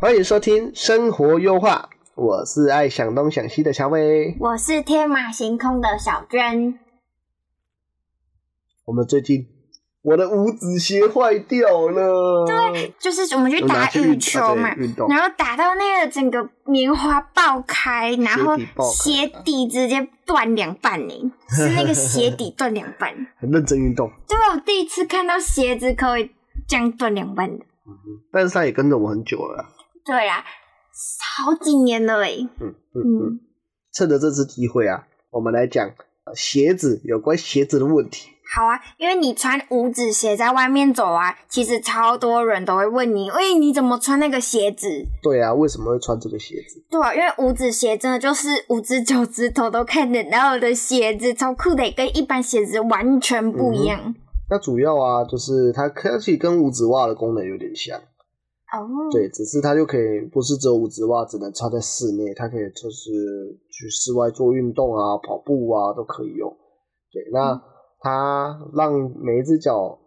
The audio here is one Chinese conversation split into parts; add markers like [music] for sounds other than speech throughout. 欢迎收听《生活优化》，我是爱想东想西的乔伟。我是天马行空的小娟，我们最近我的五指鞋坏掉了，对，就是我们去打羽球嘛，运动然后打到那个整个棉花爆开，然后鞋底爆开鞋底直接断两半 [laughs] 呢，是那个鞋底断两半。很认真运动，对，啊我第一次看到鞋子可以这样断两半的。但是他也跟着我很久了啦。对啦，好几年了诶。嗯嗯嗯，嗯，趁着这次机会啊，我们来讲呃鞋子有关鞋子的问题。好啊，因为你穿五指鞋在外面走啊，其实超多人都会问你，喂，你怎么穿那个鞋子？对啊，为什么会穿这个鞋子？对啊，因为五指鞋真的就是五只脚趾头都看得到的鞋子，超酷的，跟一般鞋子完全不一嗯样。那主要啊，就是它科技跟五指袜的功能有点像，哦，对，只是它就可以不是只有五指袜只能穿在室内，它可以就是去室外做运动啊、跑步啊都可以用。对，嗯那它让每一只脚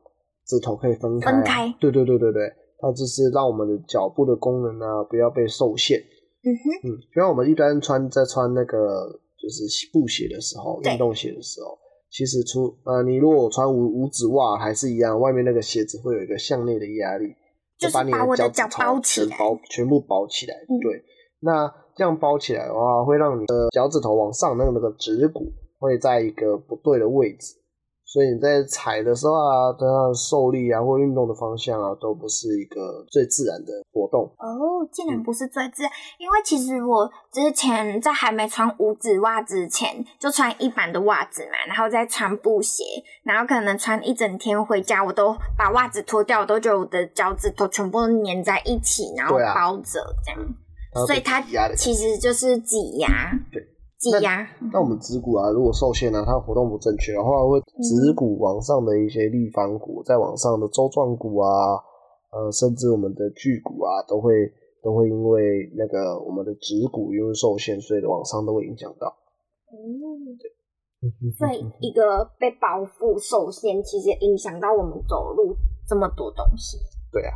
趾头可以分开啊、分开对对对对对，它就是让我们的脚部的功能啊不要被受限。嗯哼，嗯，就像我们一般穿在穿那个就是布鞋的时候，对运动鞋的时候，其实出呃，你如果穿五五指袜还是一样，外面那个鞋子会有一个向内的压力，就是把你把我脚的脚趾包头起全来包全部包起来。嗯对，那这样包起来的话，会让你的脚趾头往上那个那个指骨会在一个不对的位置。所以你在踩的时候啊，它的受力啊，或运动的方向啊，都不是一个最自然的活动。哦，竟然不是最自然，因为其实我之前在还没穿五指袜之前，就穿一般的袜子嘛，然后再穿布鞋，然后可能穿一整天回家，我都把袜子脱掉，我都觉得我的脚趾头全部都粘在一起，然后对啊包着这样，它会所以被它挤压的其实就是挤压，对，挤压，那我们指骨啊，如果受限啊，它活动不正确的话，会指骨往上的一些立方骨，再往上的周状骨啊，呃，甚至我们的距骨啊，都会都会因为那个我们的指骨因为受限，所以往上都会影响到。嗯嗯所以一个被包覆受限，其实影响到我们走路这么多东西。对啊，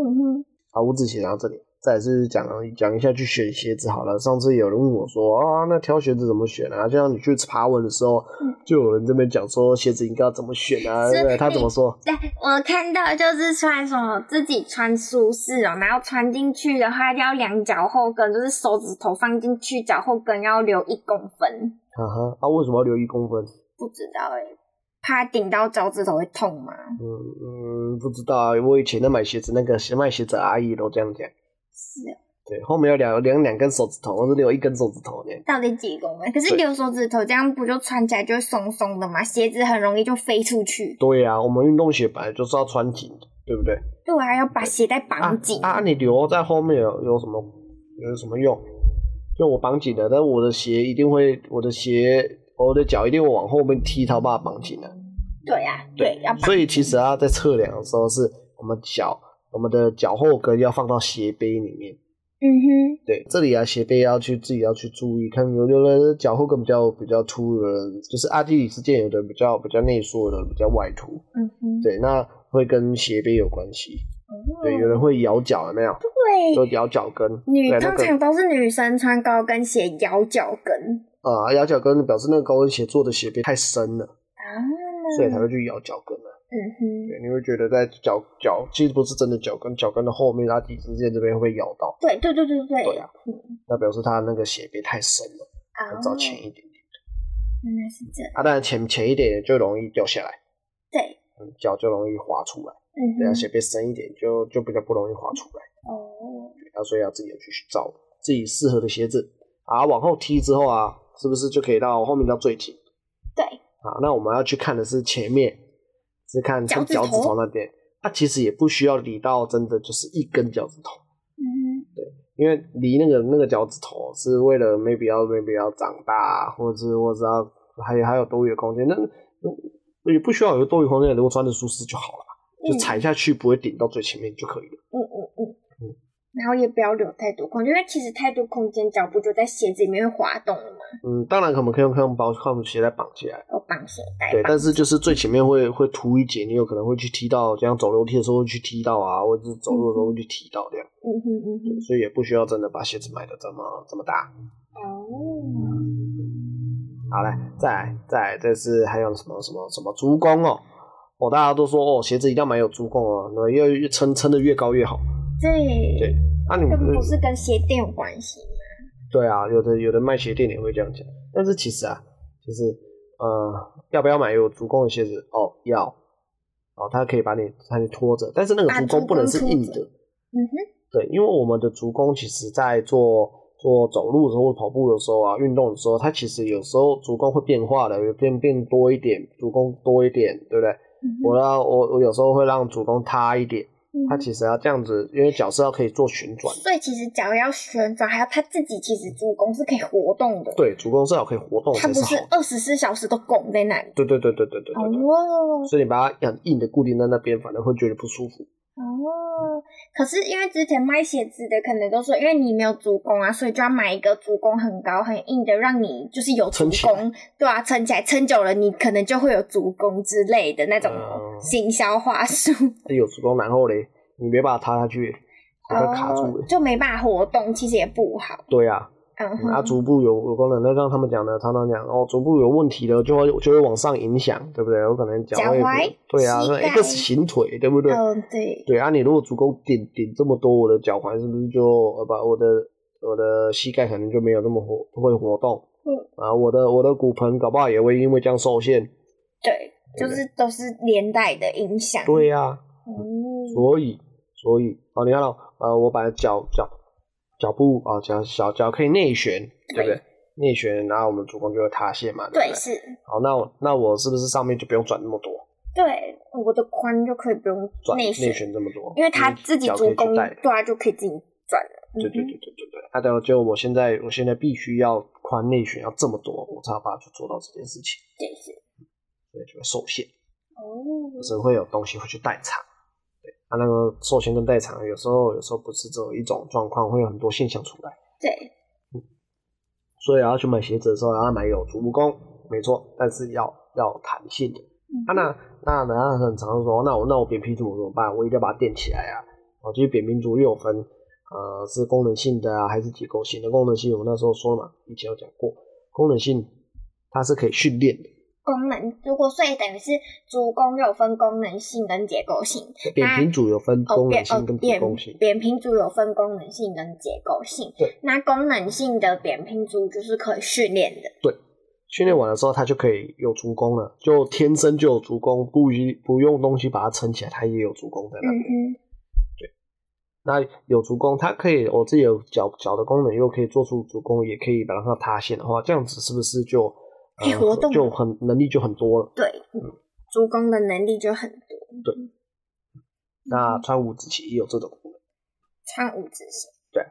嗯哼，好，五指鞋到这里，再来是讲讲一下去选鞋子好了。上次有人问我说啊，那挑鞋子怎么选啊？就像你去爬文的时候，就有人这边讲说鞋子应该要怎么选啊？是对不对？他怎么你说？对，我看到就是穿什么自己穿舒适哦，然后穿进去的话要量脚后跟，就是手指头放进去，脚后跟要留一公分，哈哈，啊，为什么要留一公分？不知道哎、怕顶到脚趾头会痛吗？嗯嗯，不知道啊，我以前在买鞋子，那个卖鞋子的阿姨都这样讲。是，哦对，后面有两两两根手指头，我是留一根手指头呢。到底几公分？可是对留手指头这样不就穿起来就松松的吗？鞋子很容易就飞出去。对呀、啊，我们运动鞋本来就是要穿紧的，对不对？对我还要把鞋带绑紧。啊啊，你留在后面有有什么有什么用？就我绑紧了，但我的鞋一定会，我的鞋，我的脚一定会往后面踢，它把它绑紧的。对呀、对，要绑所以其实啊，在测量的时候，是我们脚，我们的脚后跟要放到鞋杯里面。嗯对，这里啊，鞋背要去自己要去注意，看有的人脚后跟比较比较凸的人，就是阿基里斯腱，有的比较比较内缩，有的比较外凸。哼，嗯哼，对，那会跟鞋背有关系。哦对，有人会咬脚，有没有？对就咬脚跟。女对，那通个常都是女生穿高跟鞋咬脚跟啊、咬脚跟表示那个高跟鞋做的鞋背太深了，啊，所以才会去咬脚跟啊。嗯哼，对，你会觉得在脚脚其实不是真的脚跟，脚跟的后面阿基里斯腱这边会咬到。对对对对对，哦对啊，那表示他那个鞋背太深了，要找哦，浅一点点。原来是这样，啊，当然浅浅一点就容易掉下来。对，嗯，脚就容易滑出来。嗯对啊，哼，鞋背深一点就就比较不容易滑出来。哦，啊，所以要自己去找自己适合的鞋子。啊，往后踢之后啊，是不是就可以到后面到最紧？对，好，那我们要去看的是前面，是看脚从趾脚趾头头那边。它其实也不需要理到真的就是一根脚趾头，嗯因为离那个那个脚趾头是为了 maybe 要 maybe 要长大、啊或者是或者是要还有还有多余的空间，那那也不需要有多余空间，如果穿的舒适就好了，就踩下去不会顶到最前面就可以了。嗯嗯嗯嗯，然后也不要留太多空间，因为其实太多空间脚步就在鞋子里面会滑动了嘛，嗯，当然可能可以用可以用包靠鞋带绑起来，要绑鞋带。对，绑但是就是最前面会会凸一截，你有可能会去踢到，这样走楼梯的时候会去踢到啊，或者是走路的时候会去踢到这样，嗯哼嗯哼，所以也不需要真的把鞋子买的这么这么大。哦，好来，再来再来，这是还有什么什么什么足弓哦，哦大家都说哦鞋子一定要买有足弓哦，那越撑撑的越高越好。对，对啊你这不是跟鞋垫有关系吗？对啊，有的有的卖鞋店也会这样讲，但是其实啊，就是呃，要不要买有足弓的鞋子？哦，要，哦，它可以把你把你拖着，但是那个把足足弓不能弓是拖硬着的，嗯哼，对，因为我们的足弓其实在做做走路的时候、跑步的时候啊、运动的时候，它其实有时候足弓会变化的，变变多一点，足弓多一点，对不对？嗯哼我要我我有时候会让足弓塌一点，嗯它哼其实要这样子，因为脚是要可以做旋转的，所以其实脚要旋转，还有它自己其实足弓是可以活动的，，对，足弓是要可以活动它才不是是好的，二十四小时都拱在那里。对对对对对对对对。哦所以你把它很硬的固定在那边，反而会觉得不舒服。哦，可是因为之前卖鞋子的可能都说，因为你没有足弓啊，所以就要买一个足弓很高很硬的，让你就是有足撑起弓，对啊，撑起来，撑久了你可能就会有足弓之类的那种嗯行销话术，有足弓，然后嘞，你没把它塌下去，它会卡住哦的。就没办法活动，其实也不好。对啊，嗯嗯哼，啊，足部有有功能，那让他们讲的，常常讲哦，足部有问题的，就会就会往上影响，对不对？有可能脚会脚踝对啊，膝那盖一个是行腿，对不对？嗯，对，对啊，你如果足弓顶顶这么多，我的脚踝是不是就呃把我的我的膝盖可能就没有那么活不会活动？嗯，啊，我的我的骨盆搞不好也会因为这样受限。对，就是都是连带的影响。对呀、啊，嗯，所以，所以，哦，你看到、呃，我把脚脚脚步啊，脚小脚可以内旋，对不对？内旋，然后我们足弓就会塌陷嘛，对对，不对？是，好，那我那我是不是上面就不用转那么多，对，我的髋就可以不用转内内旋，旋这么多？因为它自己脚可足以去弓，带。对啊，就可以自己转了。对对嗯哼对对对啊对。那等就我现在我现在必须要髋内旋要这么多，我才有办法去做到这件事情，对是。所以就会受限，哦，就是会有东西会去代偿。对，它、那个受限跟代偿有时候有时候不是只有一种状况，会有很多现象出来。对，所以要去买鞋子的时候，要买有足弓，没错，但是要要弹性的。嗯啊，那那人家很常说，那我那我扁平足怎么办？我一定要把它垫起来啊！哦，其实扁平足又有分，呃，是功能性的啊，还是结构性的？功能性我那时候说了嘛，以前有讲过，功能性它是可以训练的，功能如果所以等于是足弓有分功能性跟结构性，扁平足有分哦嗯功能扁哦性跟结扁构性。扁平足有分功能性跟结构性，对，那功能性的扁平足就是可以训练的，训练完的时候，它就可以有足弓了，就天生就有足弓，不一不用东西把它撑起来，它也有足弓在那边。嗯那有足弓，它可以，我自己有脚脚的功能，又可以做出足弓，也可以把它塌陷的话，这样子是不是就呃可以活动了就很能力就很多了？哼，对，嗯足弓的能力就很多，对嗯那穿五指鞋也有这种功能，穿五指鞋，对，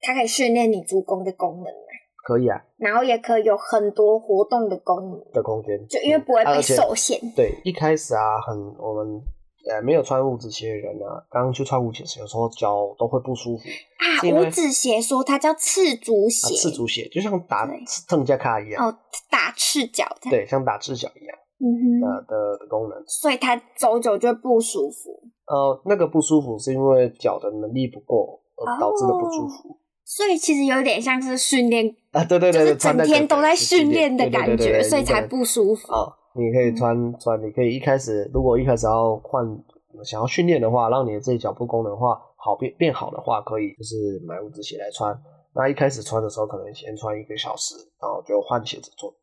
它可以训练你足弓的功能嘛，可以啊然后也可以有很多活动的功能，的空间，就因为不会嗯被而且受限，对，一开始啊，很我们呃没有穿五指鞋的人啊，刚去穿五指鞋，有时候脚都会不舒服，啊，是因为五指鞋说它叫赤足啊，鞋，赤足鞋就像打对蹬加卡一样，哦，打赤脚这样，对，啊像打赤脚一样嗯的哼，的的功能。所以它走久就会不舒服，呃，那个不舒服是因为脚的能力不够而导致的不哦舒服。所以其实有点像是训练，啊，对对就对，是整天都在训练练的感觉，所以才啊不舒服。。哦你可以穿穿，你可以一开始如果一开始要换想要训练的话，让你的这己脚步功能的话好变变好的话，可以就是买五指鞋来穿。那一开始穿的时候，可能先穿一个小时，然后就换鞋子做，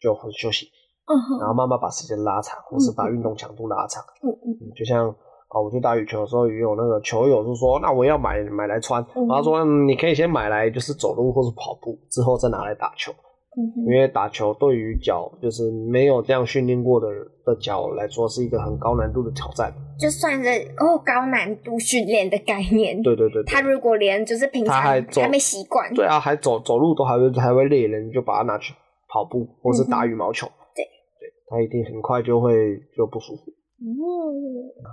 就休息，嗯然哼，后慢慢把时间拉长，或是把运动强度拉长。嗯嗯，嗯就像啊、我去打羽球的时候，也有那个球友就说，那我要买买来穿，嗯然后说、嗯、你可以先买来就是走路或是跑步，之后再拿来打球。嗯哼因为打球对于脚就是没有这样训练过的的脚来说是一个很高难度的挑战。就算是哦高难度训练的概念。对对对对他如果连就是平常他还走还没习惯，对啊，还走走路都还会还会累人，你就把它拿去跑步或是打羽毛球。嗯对对，他一定很快就会就不舒服。嗯，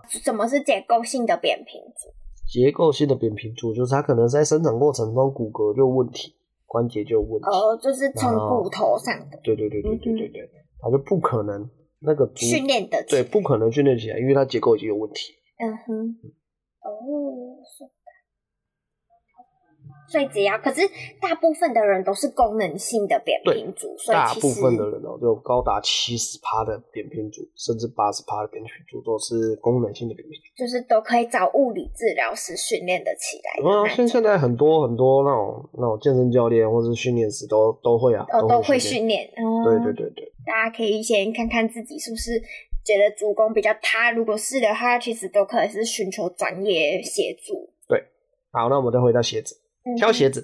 什么是结构性的扁平足？结构性的扁平足就是它可能在生长过程中骨骼就有问题，关节就有问题。哦，就是从哦骨头上的对对对对对嗯哼对对，它就不可能那个足训练的。对不可能训练起来，因为它结构已经有问题。嗯哼，哦，是的所以只要，可是大部分的人都是功能性的扁平足，所以大其部实分的人哦，就高达七十趴的扁平足，甚至八十趴的扁平足都是功能性的扁平足。就是都可以找物理治疗师训练的起来的啊，那现种，现在很多很多那种那种健身教练或是训练师都都会啊，哦，都会训练。训练。哦对对对对，大家可以先看看自己是不是觉得足弓比较塌，如果是的话，其实都可以是寻求专业协助。好，那我们再回到鞋子，嗯挑鞋子。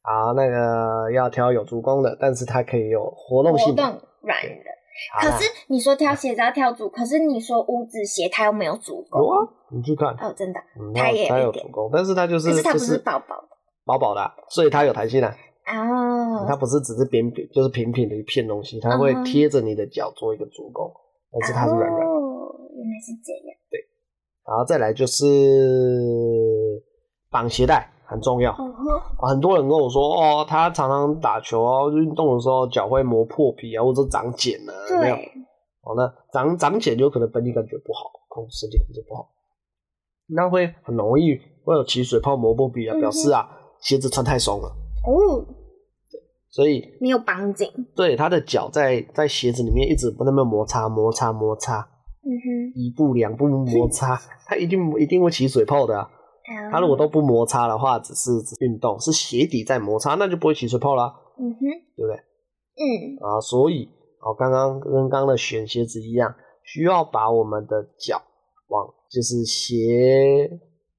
好，那个要挑有足弓的，但是它可以有活动活性的。动软的。好可啦是你说挑鞋子要挑足，可是你说五指鞋它又没有足弓。有啊，你去看，哦，真的，嗯它也它有有一点足弓，但是它就是可是它就不是薄薄的薄薄的啊，所以它有弹性啊。它哦，不是只是扁扁，就是平平的一片东西，它会嗯哼贴着你的脚做一个足弓，但是它是软软的。哦，原来是这样。然后再来就是绑鞋带很重要、哦吼，很多人跟我说哦，他常常打球啊，运动的时候脚会磨破皮啊，或者长茧啊，没有。对，哦，那长长茧有可能本体感觉不好，控制身体控制不好，那会很容易会有起水泡、磨破皮啊，嗯哼表示啊鞋子穿太松了，哦，所以没有绑紧。对，他的脚在在鞋子里面一直不那么摩擦摩擦摩擦，嗯一步两步摩擦，他一定一定会起水泡的、啊。哼，他如果都不摩擦的话，只是运动，是鞋底在摩擦，那就不会起水泡啦、嗯哼，对不对？嗯，啊，所以哦，刚刚跟刚刚的选鞋子一样，需要把我们的脚往就是鞋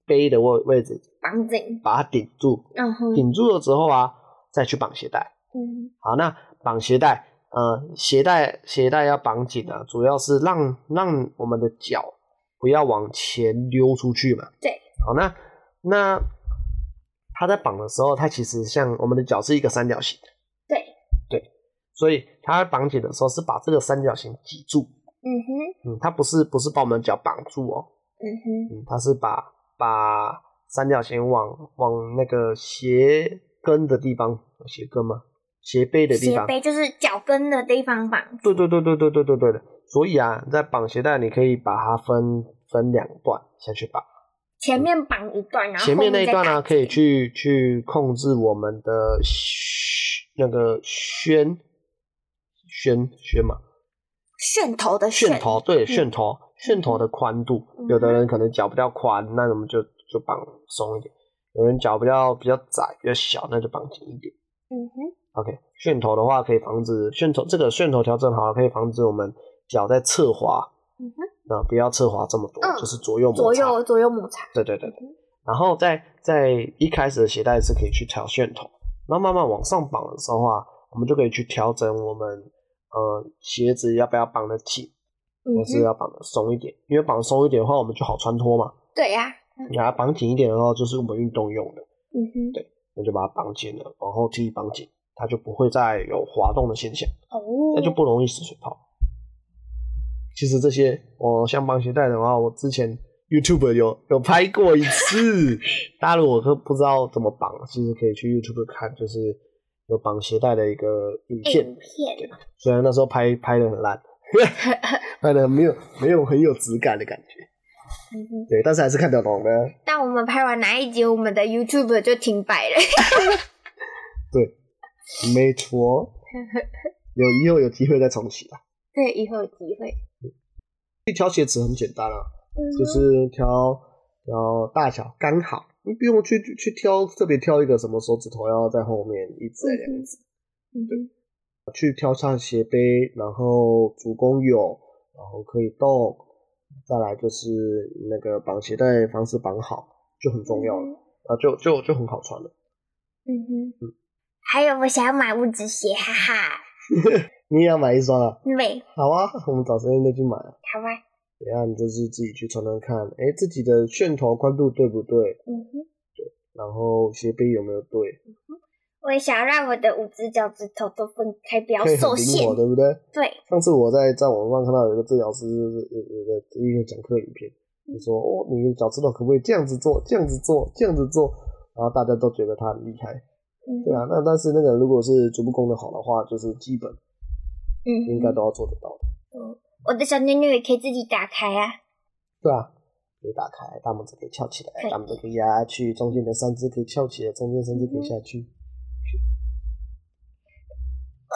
背的位位置绑紧。把它顶住，嗯哼，顶住了之后啊，再去绑鞋带。嗯好，那绑鞋带，呃，鞋带鞋带要绑紧啊，主要是让让我们的脚不要往前溜出去嘛。对。好，那那它在绑的时候，它其实像我们的脚是一个三角形，对，所以它绑紧的时候是把这个三角形挤住，嗯哼，嗯，它不是不是把我们脚绑住哦，嗯哼，嗯，它是把把三角形往往那个鞋跟的地方，鞋跟吗？鞋背的地鞋方，背就是脚跟的地方绑。对对对对对对对对的。所以啊，在绑鞋带，你可以把它分分两段下去绑。前面绑一段，然后前面那一段呢、呢、可以去去控制我们的嘘那个宣宣宣嘛，楦头的楦头对嗯楦头楦头的宽度嗯，有的人可能脚比较宽，那我们就就绑松一点；有人脚比较比较窄比较小，那就绑紧一点。嗯哼， OK，楦头的话可以防止楦头这个楦头调整好了，可以防止我们脚在侧滑，嗯啊，不要侧滑这么多，嗯就是左右摩左擦。右左右摩擦。对对对对。然后在在一开始的鞋带是可以去调楦头，然后慢慢往上绑的时候啊，我们就可以去调整我们呃鞋子要不要绑得紧，嗯或是哼，要绑得松一点，因为绑得松一点的话，我们就好穿脱嘛。对呀、你把它绑紧一点的话，就是我们运动用的，嗯哼，对那就把它绑紧了，往后踢绑紧，它就不会再有滑动的现象。哦，那就不容易死水泡。其实这些，我像绑鞋带的话，我之前 YouTube 有有拍过一次。大家如果可不知道怎么绑，其实可以去 YouTube 看，就是有绑鞋带的一个影影片。片，虽然那时候拍拍的很烂，拍的没有没有很有质感的感觉，嗯哼。对，但是还是看得懂的。但我们拍完哪一集，我们的 YouTube 就停摆了。没错，有以后有机会再重启啊。 [laughs] 对，以后有机会。挑鞋子很简单啊，嗯哼就是挑挑大小刚好，你不用去去挑特别挑一个什么手指头要在后面一指还两指，嗯哼去挑上斜背，然后足弓有，然后可以动，再来就是那个绑鞋带的方式绑好就很重要了，啊就就就很好穿了。嗯嗯哼，还有，我想要买五指鞋，哈哈。你也要买一双啊？美，好啊，我们找时间再去买啊。好吧。等一下你就是自己去穿穿看，哎、自己的楦头宽度对不对？嗯哼，然后鞋背有没有对？我也想要让我的五只脚趾头都分开，不要可以很受灵限活，。对不对？对，上次我在在网上看到有一个治疗师，就是有有个一个讲课影片，嗯就说哦，你的脚趾头可不可以这样子做，这样子做，这样子做，然后大家都觉得他很厉害，嗯对啊。那但是那个如果是足部功能好的话，就是基本应该嗯，都要做得到的，我的小妞妞也可以自己打开啊。对啊。可以打开，大拇指可以翘起可来，以大拇指可以压下去，中间的三只可以翘起来，中间三嗯只可以下去。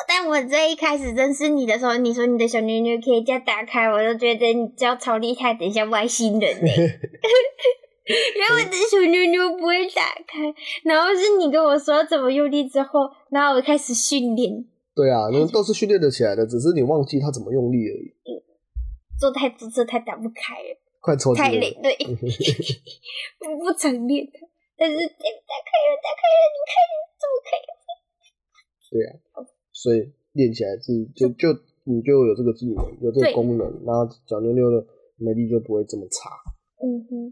但我在一开始认识你的时候，你说你的小妞妞可以这样打开，我就觉得你这样超厉害，等一下外星 [laughs] 人呢、因为我的小妞妞不会打开，然后是你跟我说怎么用力之后，然后我开始训练，对啊，那都是训练得起来的，只是你忘记它怎么用力而已。做太多次太打不开了。快抽筋太了累，，对， [laughs] 我不常练 [laughs] 它，但是打开了，打开了，你看怎么可以？所以练起来是就就你就有这个技能，有这个对功能，然后脚溜溜的能力就不会这么差。嗯哼，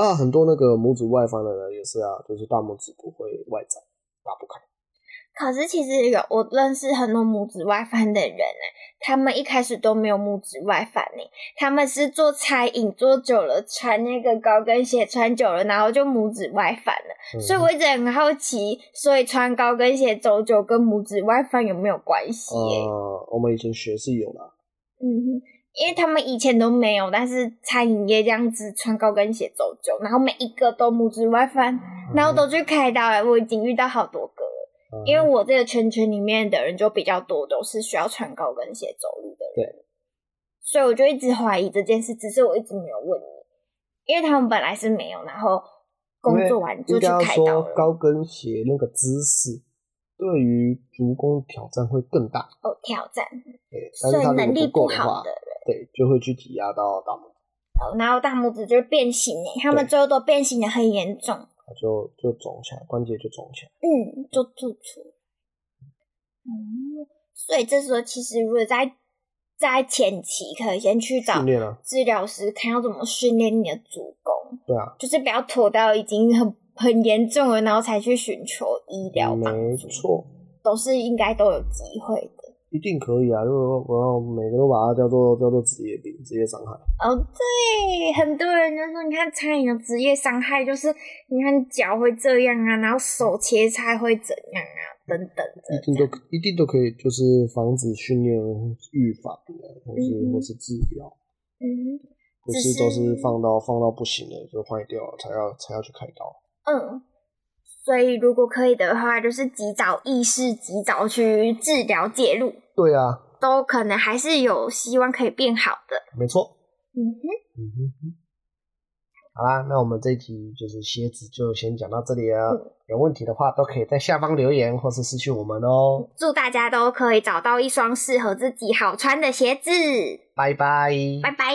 啊，很多那个拇指外翻的人也是啊，就是大拇指不会外展，打不开。可是其实有我认识很多拇指外翻的人呢、他们一开始都没有拇指外翻呢、他们是做餐饮做久了，穿那个高跟鞋穿久了，然后就拇指外翻了。嗯所以我一直很好奇，所以穿高跟鞋走久跟拇指外翻有没有关系、耶？呃，我们以前学是有啦，嗯哼，因为他们以前都没有，但是餐饮业这样子穿高跟鞋走久，然后每一个都拇指外翻，然后都去开刀、欸。我已经遇到好多个了，嗯因为我这个圈圈里面的人就比较多，都是需要穿高跟鞋走路的人，所以我就一直怀疑这件事，只是我一直没有问你，因为他们本来是没有，然后工作完就应去该要开刀说了。高跟鞋那个姿势对于足弓挑战会更大，哦，挑战，对，但所是以他如能果力不够不的好话的，人，对，就会去挤压到大拇指，哦然后大拇指就变形欸，他们对最后都变形的很严重。它就就肿起来，关节就肿起来。嗯，就做出来。嗯，所以这时候其实如果在在前期，可以先去找训练啊，治疗师，看要怎么训练你的足弓，对啊，就是不要拖到已经很很严重了，然后才去寻求医疗嗯没帮助，错。都是应该都有机会的。一定可以啊！如果我要每个都把它叫做叫做职业病、职业伤害，哦，对，很多人就说，你看餐饮的职业伤害就是，你看脚会这样啊，然后手切菜会怎样啊，等等一的这定样。都一定都可以，就是防止、训练、预防啊，或是、嗯或是治疗，嗯。不只是是都是放到放到不行了就坏掉了，才要才要去开刀。嗯，所以如果可以的话，就是及早意识、及早去治疗介入，对啊，都可能还是有希望可以变好的。没错。嗯哼，嗯哼哼。好啦，那我们这一集就是鞋子就先讲到这里啊。嗯有问题的话都可以在下方留言或是私信我们哦。祝大家都可以找到一双适合自己好穿的鞋子。拜拜。拜拜。